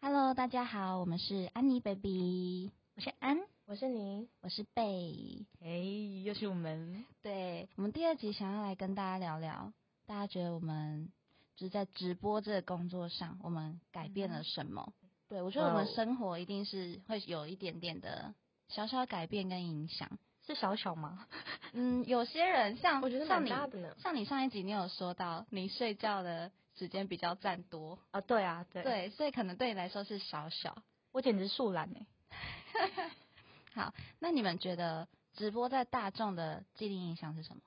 Hello，大家好，我们是安妮 baby，我是安，我是你，我是贝。哎、又是我们，对我们第二集想要来跟大家聊聊，大家觉得我们就是在直播这个工作上，我们改变了什么？对我觉得我嗯哇哦们生活一定是会有一点点的小小改变跟影响。是小小吗？嗯，有些人像我觉得像蛮你大的呢。像你上一集你有说到，你睡觉的时间比较占多，啊，对啊，对，对，所以可能对你来说是小小。我简直树懒 哎。欸那你们觉得直播在大众的既定印象是什么？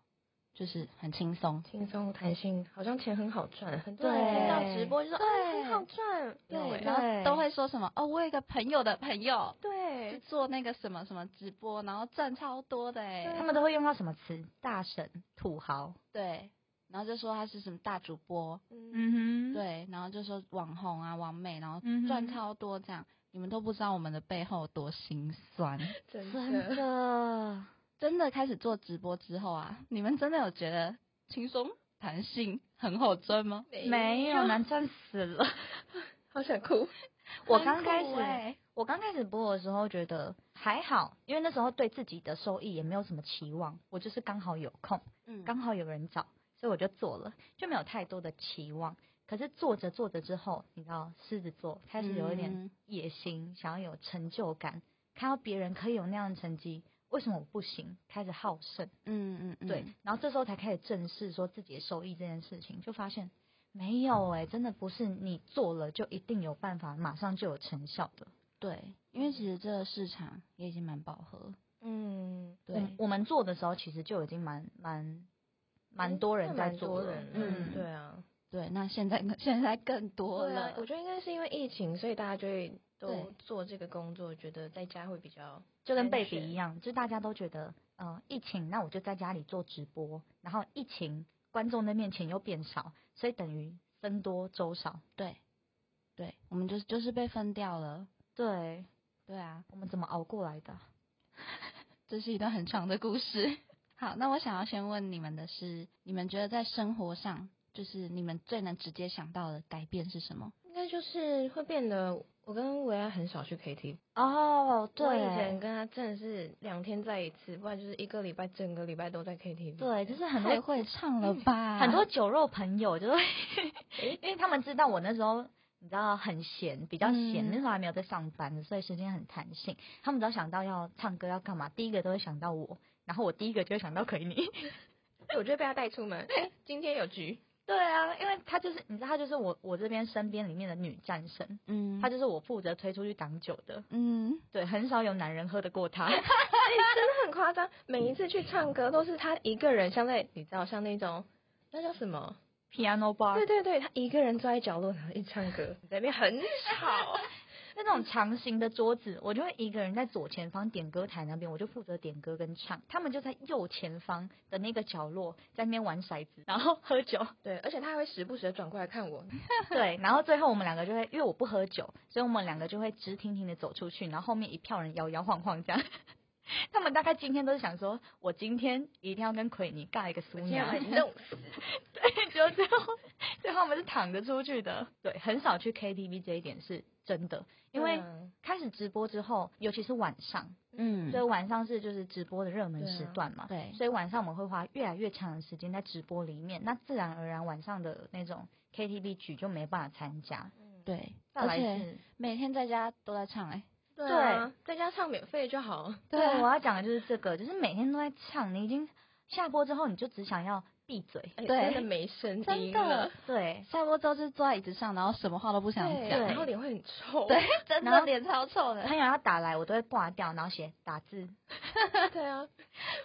就是很轻松，轻松弹性，好像钱很好赚，很多对人听到直播就说啊对很好赚，对，对然后都会说什么哦，我有一个朋友的朋友是对，做那个什么什么直播，然后赚超多的他哎，们都会用到什么词？大神、土豪。对，然后就说他是什么大主播，嗯，嗯哼，对，然后就说网红啊、网美，然后嗯哼赚超多这样，你们都不知道我们的背后有多心酸。真真的，的。真的开始做直播之后啊，你们真的有觉得轻松、弹性、很好赚吗？ 没有，难赚死了。好想哭，我刚开很苦始，欸我刚开始播的时候觉得还好，因为那时候对自己的收益也没有什么期望，我就是刚好有空，嗯，刚好有人找，所以我就做了，就没有太多的期望。可是做着做着之后，你知道，狮子座开始有一点嗯野心，想要有成就感，看到别人可以有那样的成绩，为什么我不行？开始好胜，嗯嗯嗯，对，然后这时候才开始正视说自己的收益这件事情，就发现没有哎、真的不是你做了就一定有办法，马上就有成效的。对，因为其实这个市场也已经蛮饱和，嗯，对，我我们做的时候其实就已经蛮蛮蛮多人在蛮做多了，人，嗯嗯，对啊，对，那现在现在更 多对了，啊，我觉得应该是因为疫情，所以大家就会都对做这个工作，觉得在家会比较，就跟贝安比全一样，就大家都觉得，嗯、疫情那我就在家里做直播，然后疫情观众的面前又变少，所以等于僧多粥少。对，对，我们就是就是被分掉了，对，对啊，我们怎么熬过来的？这是一段很长的故事。 好，那我想要先问你们的是，你们觉得在生活上，就是你们最能直接想到的改变是什么？应该就是会变得。我跟维安很少去 KTV，哦，我以前对，跟他真的是两天在一次，不然就是一个礼拜整个礼拜都在 KTV。对，就是很太多嗯会唱了吧？很多酒肉朋友，就是 因为他们知道我那时候。你知道很闲，比较闲，嗯那时候还没有在上班，所以时间很弹性。他们只要想到要唱歌要干嘛，第一个都会想到我，然后我第一个就会想到奎尼。哎我就会被他带出门。哎今天有 局， 对啊，因为她就是，你知道，她就是我我这边身边里面的女战神，嗯，她就是我负责推出去挡酒的。嗯，对，很少有男人喝得过 她。哎很夸张，每一次去唱歌都是他一个人，像在你知道像那种那叫什么？ Piano 对 bar 对对，他一个人坐在角落然后一唱歌，在那边很吵。那种长形的桌子，我就会一个人在左前方点歌台那边，我就负责点歌跟唱。他们就在右前方的那个角落，在那边玩骰子，然后喝 酒。对，而且他还会时不时的转过来看我。对，然后最后我们两个就会，因为我不喝酒，所以我们两个就会直挺挺的走出去，然后后面一票人摇摇晃晃这样。 他们大概今天都是想说，我今天一定要跟奎尼尬一个俗我今天啊娘把，你 弄死。对， 就最后最后我们是躺着出去的。对，很少去 KTV 这一点是真的，因为嗯啊开始直播之后，尤其是晚上，嗯，所以晚上是就是直播的热门时段嘛。对所以晚上我们会花越来越长的时间在直播里面，那自然而然晚上的那种 KTV 局就没办法参加。对，再而来且是，每天在家都在唱哎、对啊，在家唱免费就好。对，啊我要讲的就是这个，就是每天都在唱，你已经下播之后你就只想要闭嘴。哎对真的没声真音的了。对，下播之后就是坐在椅子上，然后什么话都不想对，讲，然后脸会很臭。对， 真然的后脸超臭的，朋友要打来我都会挂掉，然后写打字。 对啊，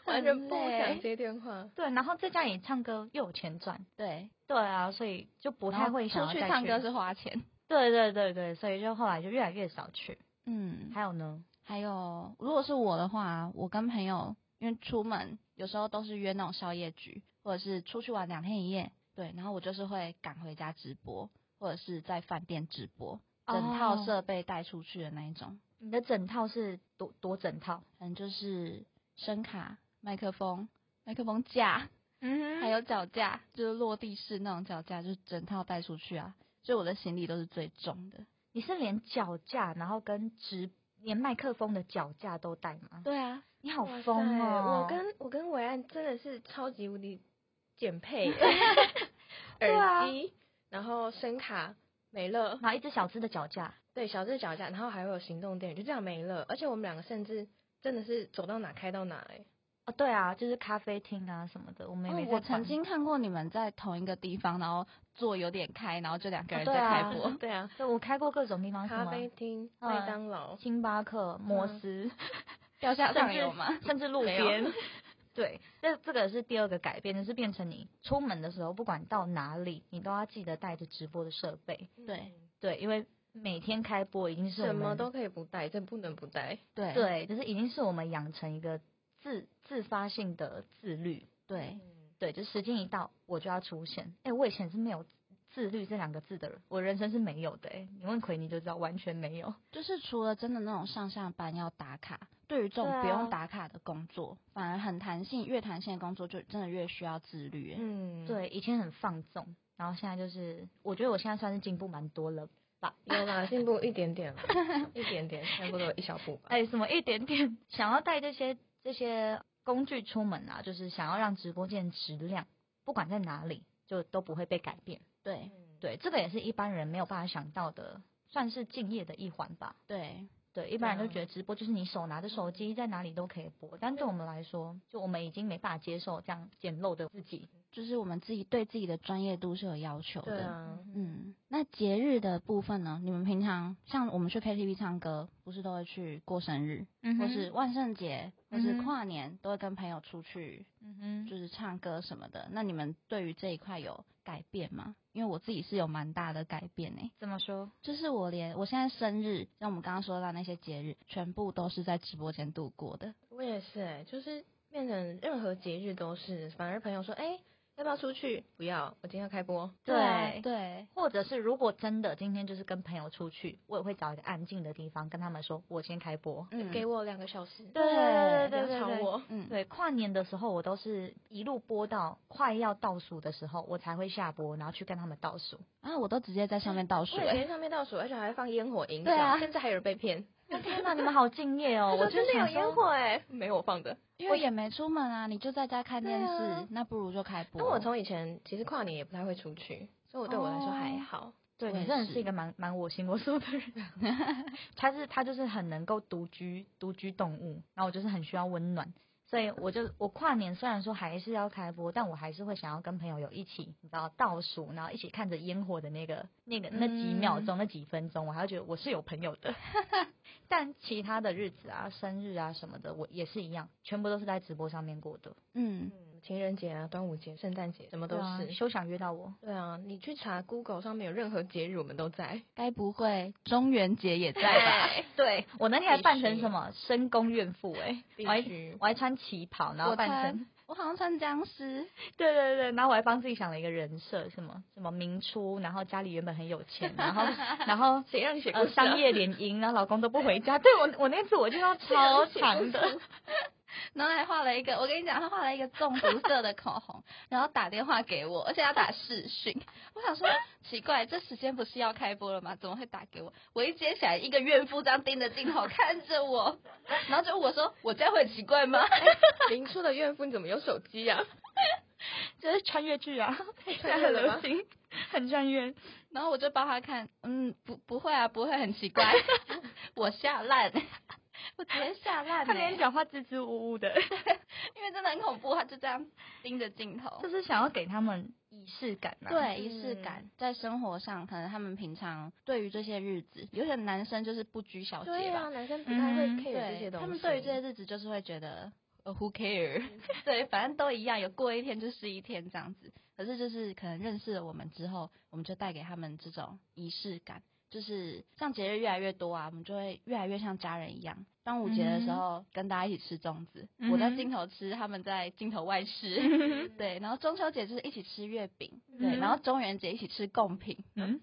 完全不想接电话。对，然后在家里唱歌又有钱赚，对，对啊，所以就不太会想要出去再唱歌。是花钱。对对对对，所以就后来就越来越少去。嗯，还有呢，还有如果是我的话，我跟朋友因为出门有时候都是约那种宵夜局，或者是出去玩两天一夜，对，然后我就是会赶回家直播，或者是在饭店直播，整套设备带出去的那一种，你的整套是多多整套？可能嗯就是声卡、麦克风、麦克风架。嗯还有脚架，就是落地式那种脚架，就是整套带出去啊，所以我的行李都是最重的。你是连脚架，然后跟直连麦克风的脚架都带吗？对啊，你好哇疯塞哦！我跟我跟维安真的是超级无敌减 配耶，对啊耳机，然后声卡没了，然后一只小只的脚架，对，小只脚架，然后还会有行动电源，就这样没了。而且我们两个甚至真的是走到哪开到哪、欸，哦，对啊，就是咖啡厅啊什么的，我们也哦没在我管曾经看过你们在同一个地方，然后坐有点开，然后就两个哦人对在开啊播。 对啊，对我开过各种地方，什咖么啡厅、嗯麦当劳，星巴克、摩嗯斯， 掉下甚上至有吗？甚至路没有 边。对，这这个是第二个改变，就是变成你出门的时候，不管到哪里，你都要记得带着直播的设备。对对，因为每天开播已经嗯，是我什们么都可以不带，这不能不带。 对对，就是已经是我们养成一个自自发性的自律。对，对，就时间一到，我就要出现。哎、我以前是没有自律这两个字的人，我人生是没有的、哎，你问奎尼就知道，完全没有。就是除了真的那种上下班要打卡，对于这对种啊不用打卡的工作，反而很弹性，越弹性的工作就真的越需要自律。欸嗯，，对，以前很放纵，然后现在就是，我觉得我现在算是进步蛮多了。有啦，进步一 点点啦，一点点，差不多一小步吧。哎、什么一点点， 想要带这些这些工具出门啊，就是想要让直播间质量，不管在哪里，就都不会被改变。对对，这个也是一般人没有办法想到的，算是敬业的一环吧。对对，一般人对都啊觉得直播就是你手拿着手机在哪里都可以播，但对我们来说，就我们已经没办法接受这样简陋的自己。就是我们自己对自己的专业度是有要求对的。啊，嗯，那节日的部分呢？你们平常像我们去 KTV 唱歌，不是都会去过生日，嗯或是万圣节，或嗯是哼跨年，都会跟朋友出去嗯哼，就是唱歌什么的。那你们对于这一块有改变吗？因为我自己是有蛮大的改变呢、怎么说？就是我连我现在生日，像我们刚刚说到那些节日，全部都是在直播间度过的。我也是、哎，就是变成任何节日都是，反而朋友说，哎、要不要出去？不要，我今天要开播。对对或者是如果真的今天就是跟朋友出去，我也会找一个安静的地方跟他们说，我先开播。嗯，给我两个小时，对对不对要对吵对我。嗯对，跨年的时候我都是一路播到快要倒数的时候，我才会下播，然后去跟他们倒 数。啊，我都直接在上面倒数、我以欸，前上面倒数，而且还放烟火音对啊响，现在还有人被骗。天哪，你们好敬业 哦！我我就真的有想说烟火哎、没有我放的。因为也没出门啊，你就在家看电视，对啊那不如就开播。那我从以前其实跨年也不太会出去，所以我对我来说还好。对我你也真的是是一个蛮蛮我行我素的 人，他是他就是很能够独居独居动物，然后我就是很需要温暖，所以我就我跨年虽然说还是要开播，但我还是会想要跟朋友有一起，你知道倒数，然后一起看着烟火的那个那嗯个那几秒钟、那几分钟，我还会觉得我是有朋友 的。但其他的日子啊、生日啊什么的，我也是一样，全部都是在直播上面过的，嗯，嗯，情人节啊、端午节、圣诞节，什么都对啊是。休想约到我。对啊，你去查 Google 上面有任何节日，我们都在。该不会中元节也在 吧？对，对我那天还必扮成须什么深宫怨妇哎、必我还须。我还穿旗袍，然后我扮穿 成，我好像穿僵尸，对对对，然后我还帮自己想了一个人设，什么什么明初，然后家里原本很有钱，然后然后谁让你写故呃事啊商业联姻，然后老公都不回家，对我我那次我就要超长的， 然后还画了一个，我跟你讲，他画了一个棕毒色的口红，然后打电话给我，而且要打视讯。我想说，奇怪，这时间不是要开播了吗？怎么会打给我？我一接起来，一个怨妇这样盯着镜头看着我，然后就问我说：“我这样会很奇怪吗 明初的怨妇，你怎么有手机呀、这是穿越剧啊，太现在穿越很了流吧？行，很穿越。？”然后我就帮他看，嗯，不，不会啊，不会很奇 怪。我吓 烂，我直接吓烂、他连欸，讲话支支吾吾的，因为真的很恐怖，他就这样盯着镜头 就。是想要给他们仪式感啊。对仪式嗯感，在生活上，可能他们平常对于这些日子，有些男生就是不拘小节吧，对啊，男生不太会嗯 care 这些东西。他们对于这些日子就是会觉得呃 who care，对， 反正都一样，有过一天就是一天这样子。可是就是可能认识了我们之后，我们就带给他们这种仪式感，就是像节日越来越多啊，我们就会越来越像家人一样。端午节的时候、跟大家一起吃粽子，我在嗯哼镜头吃，他们在镜头外嗯吃，对。然后中秋节就是一起吃月饼，对。嗯然后中元节一起吃贡品，嗯，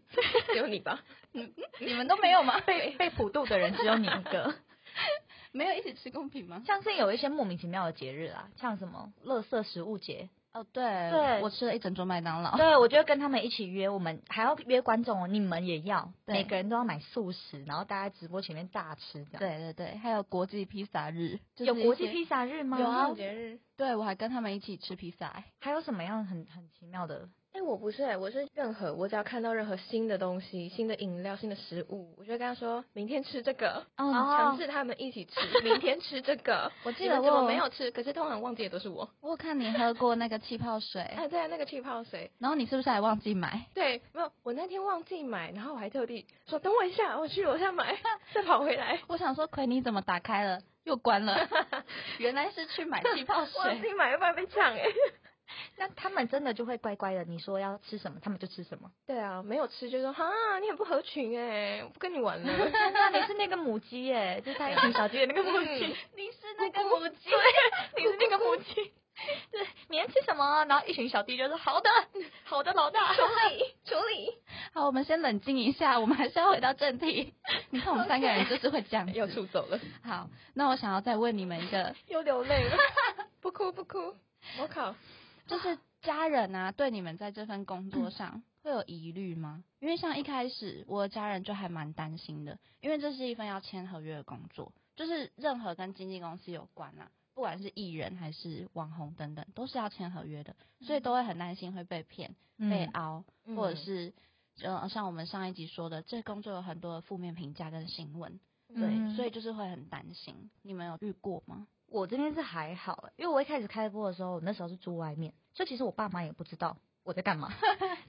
只有你 吧？你们都没有吗？被被普渡的人只有你一个。 没有一起吃贡品吗？像是有一些莫名其妙的节日啊，像什么垃圾食物节，哦，对，对我吃了一整桌麦当劳。对，我就会跟他们一起约，我们还要约观众哦，你们也要，对每个人都要买素食，然后大家在直播前面大吃这样。，对对对，还有国际披萨日，就是有国一际些披萨日吗？有啊节日。对我还跟他们一起吃披萨、欸。还有什么样很很奇妙的？哎、我不是哎、我是任何我只要看到任何新的东西、新的饮料、新的食物，我就会跟他说明天吃这个，哦强制他们一起 吃，明天吃这个。我记你得们我怎么有没，有吃？可是通常忘记的都是我。我有看你喝过那个气 泡水，哎，对啊，那个气泡水，然后你是不是还忘记买？对，没有，我那天忘记买，然后我还特地说等我一下，我去楼下买，再跑回 来，我想说，奎你怎么打开了又 关了？原来是去买气泡忘水。记买，要不然被呛欸哎、那他们真的就会乖乖的，你说要吃什么，他们就吃 什么。对啊，没有吃就说哈，你很不合群哎、我不跟你玩 了。那你是那个母鸡耶，就是他一群小鸡的那个母鸡，嗯你是那个母鸡，你是那个母 鸡。对，明天吃什么？然后一群小弟就说：“好的， 好的，老大。处理处理， 好，我们先冷静一下，我们还是要回到正题。你看我们三个人就是会这 样又子。出走了，好，那我想要再问你们一个， 又流泪了， 不哭不哭，我靠，就是家人啊，对你们在这份工嗯作上会有疑虑吗？因为像一开始我的家人就还蛮担心的，因为这是一份要签合约的工作，就是任何跟经纪公司有关啊，不管是艺人还是网红等等，都是要签合约的，所以都会很担心会被骗、被嗯，凹，或者是。呃，像我们上一集说的，这工作有很多的负面评价跟新闻，对，嗯所以就是会很担心。你们有遇过吗？我这边是还好，因为我一开始开播的时候，我那时候是住外面，所以其实我爸妈也不知道我在干嘛。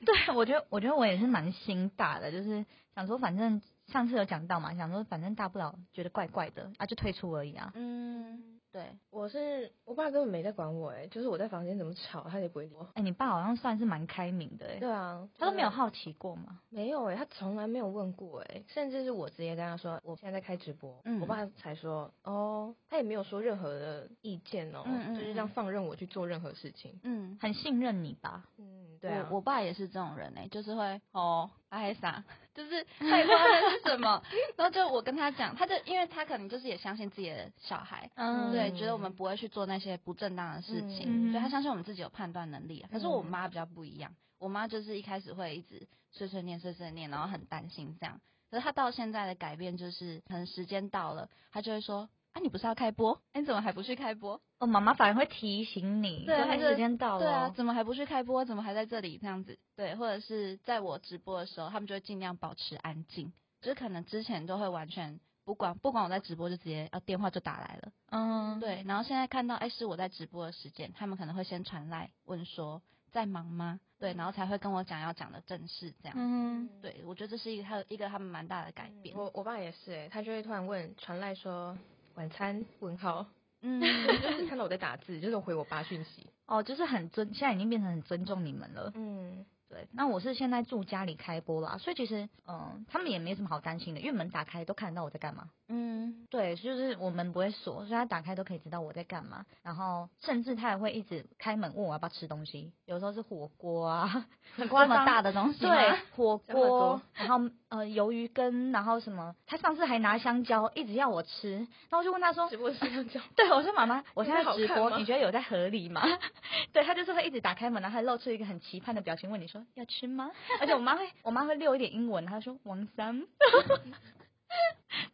对，我觉得我觉得我也是蛮心大的，就是想说反正上次有讲到嘛，想说反正大不了觉得怪怪的啊，就退出而已啊。嗯，对，我是我爸根本没在管我哎、就是我在房间怎么吵，他也不会理我。哎、你爸好像算是蛮开明的哎、对啊，他都没有就是好奇过吗？没有哎、他从来没有问过哎、甚至是我直接跟他说我现在在开直播，嗯我爸才说哦，他也没有说任何的意见哦，嗯嗯就是嗯让放任我去做任何事情。嗯，很信任你吧？嗯，对啊，我我爸也是这种人呢、欸就是会哦，爱啥， 就是他也不知道那是什么，然后就我跟他讲，他就因为他可能就是也相信自己的小孩，嗯对，觉得我们不会去做那些不正当的事情，嗯对他相信我们自己有判断能力啊。可是我嗯妈比较不一样，我妈就是一开始会一直碎碎念碎碎念，然后很担心这样。可是她到现在的改变就是，可能时间到了，她就会说。啊，你不是要开播？哎、你怎么还不去开播？哦，妈妈反而会提醒你，对说还哎是时间到了对啊哦。，怎么还不去开播？怎么还在这里这样子？对，或者是在我直播的时候，他们就会尽量保持安静，就是可能之前都会完全不管不管我在直播，就直接要电话就打来了。嗯，对，然后现在看到哎、是我在直播的时间，他们可能会先传来问说在忙吗？对，然后才会跟我讲要讲的正事这样。嗯，对，我觉得这是一个他一个他们蛮大的改变。我我爸也是哎、他就会突然问传来说晚餐问号，嗯， 就是看到我在打字，就是回我爸讯息。哦，就是很尊，现在已经变成很尊重你们了。 嗯，对，那我是现在住家里开播啦，所以其实嗯，他们也没什么好担心的，因为门打开都看得到我在干嘛。嗯，对，就是我们不会锁，所以他打开都可以知道我在干嘛。然后甚至他也会一直开门问我要不要吃东西，有时候是火锅啊，很这么大的东西吗对， 火真的锅多，然后呃鱿鱼羹，然后什么，他上次还拿香蕉一直要我吃，然后我就问他说直，播是这样讲。对我说妈妈，我你现在在好直看播，吗你觉得有在合理吗？ 对他就是会一直打开门，然后还露出一个很期盼的表情，问你说要吃吗？而且我妈会，我妈会溜一点英文，她说王三，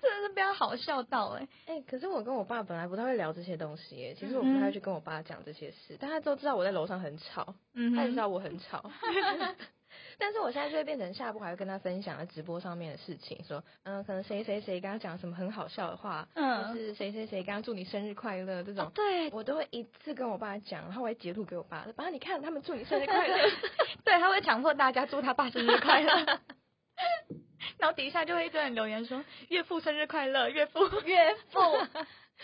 真的是被她好笑到哎、哎、可是我跟我爸本来不太会聊这些东西耶，其实我不太会去跟我爸讲这些事，但他都知道我在楼上很吵，嗯他也哼知道我很吵。 但是我现在就会变成下播还会跟他分享在直播上面的事情，说，嗯，可能谁谁谁刚刚讲什么很好笑的话， 嗯或是谁谁谁刚刚祝你生日快乐这种哦，对我都会一次跟我爸讲，然后我还截图给我爸，爸你看他们祝你生日快 乐，对，她会强迫大家祝她爸生日快 乐。然后底下就会一堆人留言说：“岳父生日快乐，岳父 岳不，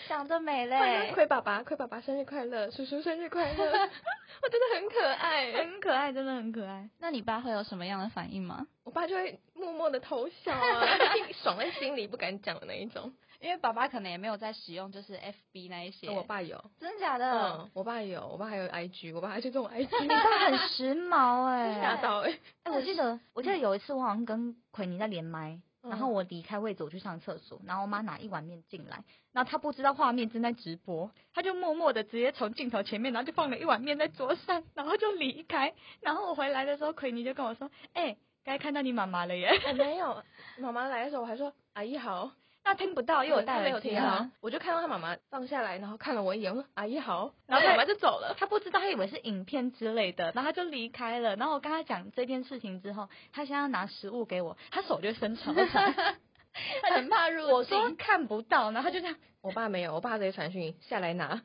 想得美快啊嘞。亏爸爸，亏爸爸生日快乐，叔叔生日快 乐，我真的很可爱耶。很可爱，真的很可爱。那你爸会有什么样的反应吗？我爸就会默默的偷笑 啊，心里爽在心里不敢讲的那一种。哦因为爸爸可能也没有在使用，就是 FB 那一些。我爸有，真假的？嗯，我爸有，我爸还有 IG，我爸还去跟我 IG 你爸很时髦哎、 吓到哎、哎、我记得，我记得有一次我好像跟奎尼在连麦，嗯然后我离开位置，我去上厕所，然后我妈拿一碗面进来，然后她不知道画面正在直播，她就默默的直接从镜头前面，然后就放了一碗面在桌上，然后就离开。然后我回来的时候，奎尼就跟我说：“哎、该看到你妈妈了耶。我没有，妈妈来的时候我还说阿姨好，”那听不到，因为我戴她耳没有听机到啊。，我就看到她妈妈放下来，然后看了我一眼，我说阿姨好，然然后后她妈妈就走了。她不知道，她以为是影片之类的，然后她就离开了。然后我跟她讲这件事情之后，她现在要拿食物给我，她手就伸长 长，哎很怕入我侵说看不到，然后她就这样，我爸没有，我爸直接传讯下来拿。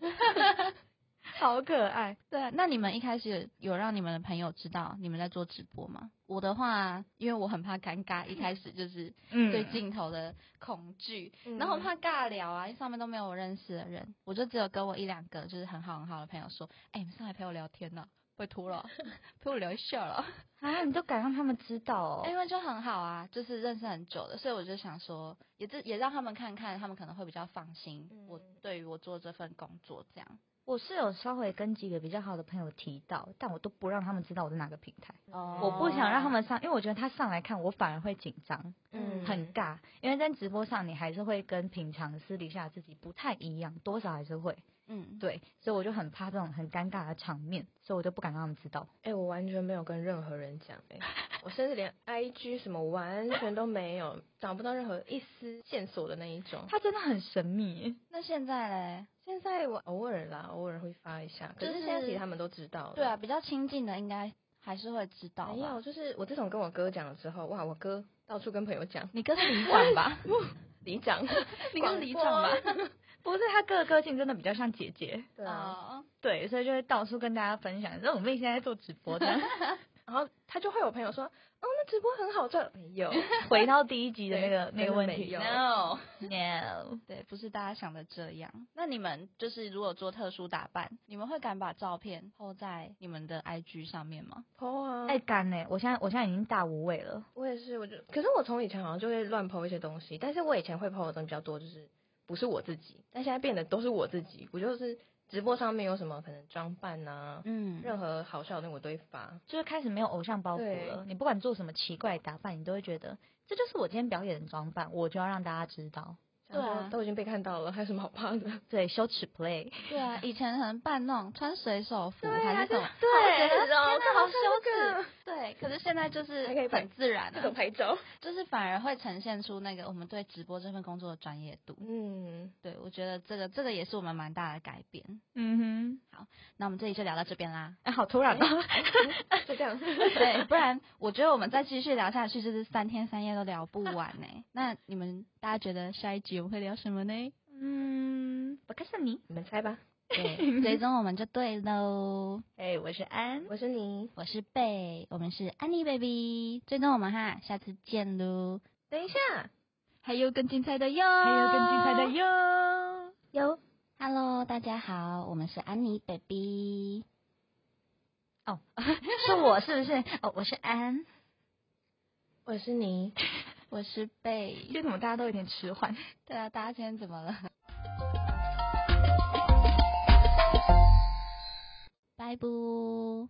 好可爱。对，那你们一开始有有让你们的朋友知道你们在做直播吗？我的话，因为我很怕尴尬，一开始就是嗯对镜头的恐惧，然后怕尬聊啊，因为上面都没有我认识的人，我就只有跟我一两个就是很好很好的朋友说，哎、你们上来陪我聊天呢、拜托 了，陪我聊一下了，啊，你都敢让他们知道哦？ 因为就很好啊，就是认识很久的，所以我就想说，也这也让他们看看，他们可能会比较放心，嗯我对于我做这份工作这样。我是有稍微跟几个比较好的朋友提到，但我都不让他们知道我在哪个平台，哦我不想让他们上，因为我觉得他上来看我反而会紧张，嗯很尬。因为在直播上，你还是会跟平常私底下自己不太一样，多少还是会嗯，对，所以我就很怕这种很尴尬的场面，所以我就不敢让他们知道。哎、我完全没有跟任何人讲， 哎，我甚至连 I G 什么完全都没有，找不到任何一丝线索的那一种。他真的很神秘耶，那现在嘞？现在我偶尔啦，偶尔会发一下，可就是是现在其实他们都知道了。对啊，，比较亲近的应该还是会知道没吧有，。就是我自从跟我哥讲了之后，哇，我哥到处跟朋友讲，你跟是里长吧？里长， 你跟里长吧？不是他个个性真的比较像姐姐，对啊，哦，对，所以就会到处跟大家分享，这我妹现在在做直播 的。然后他就会有朋友说，哦，那直播很好赚，没 有，回到第一集的那个对那个问真的没题有 No， ，no，对，不是大家想的这样。那你们就是如果做特殊打扮，你们会敢把照片 po 在你们的 IG 上面吗？剖啊，哎干呢？我现在我现在已经大无畏了。我也是，我就，可是我从以前好像就会乱剖一些东西，但是我以前会剖的东西比较多，就是不是我自己，但现在变得都是我自己，我就是直播上面有什么可能装扮啊，嗯任何好笑的我都会发。就是开始没有偶像包袱对了。你不管做什么奇怪的打扮，你都会觉得这就是我今天表演的装扮，我就要让大家知道。对啊想说都已经被看到了，还有什么好怕的？对，羞耻 play，对啊，以前可能扮那种穿水手服还 啊是什么，对我觉得哦天哪好羞 耻，对，可是现在就是还可以摆很自然各种啊，拍照。就是反而会呈现出那个我们对直播这份工作的专业度。嗯，对，我觉得这个这个也是我们蛮大的改变。嗯那我们这里就聊到这边啦。 哼，哎，好突然啊！就这样。对，不然我觉得我们再继续聊下去，就是三天三夜都聊不完 呢、那你们大家觉得下一集我们会聊什么呢？ 嗯，我看上你。你们猜吧， 对，追踪我们就对喽。哎，我是安，我是你。我是贝，我们是安妮 baby，追踪我们哈，下次见喽。等一下，还有更精彩的哟，还有更精彩的。哟。有 Hello，大家好，我们是安妮 baby。 哦，是我是不是？哦，我是安。我是你。我是贝，为什么大家都有点迟缓？对啊，大家今天怎么了？拜拜。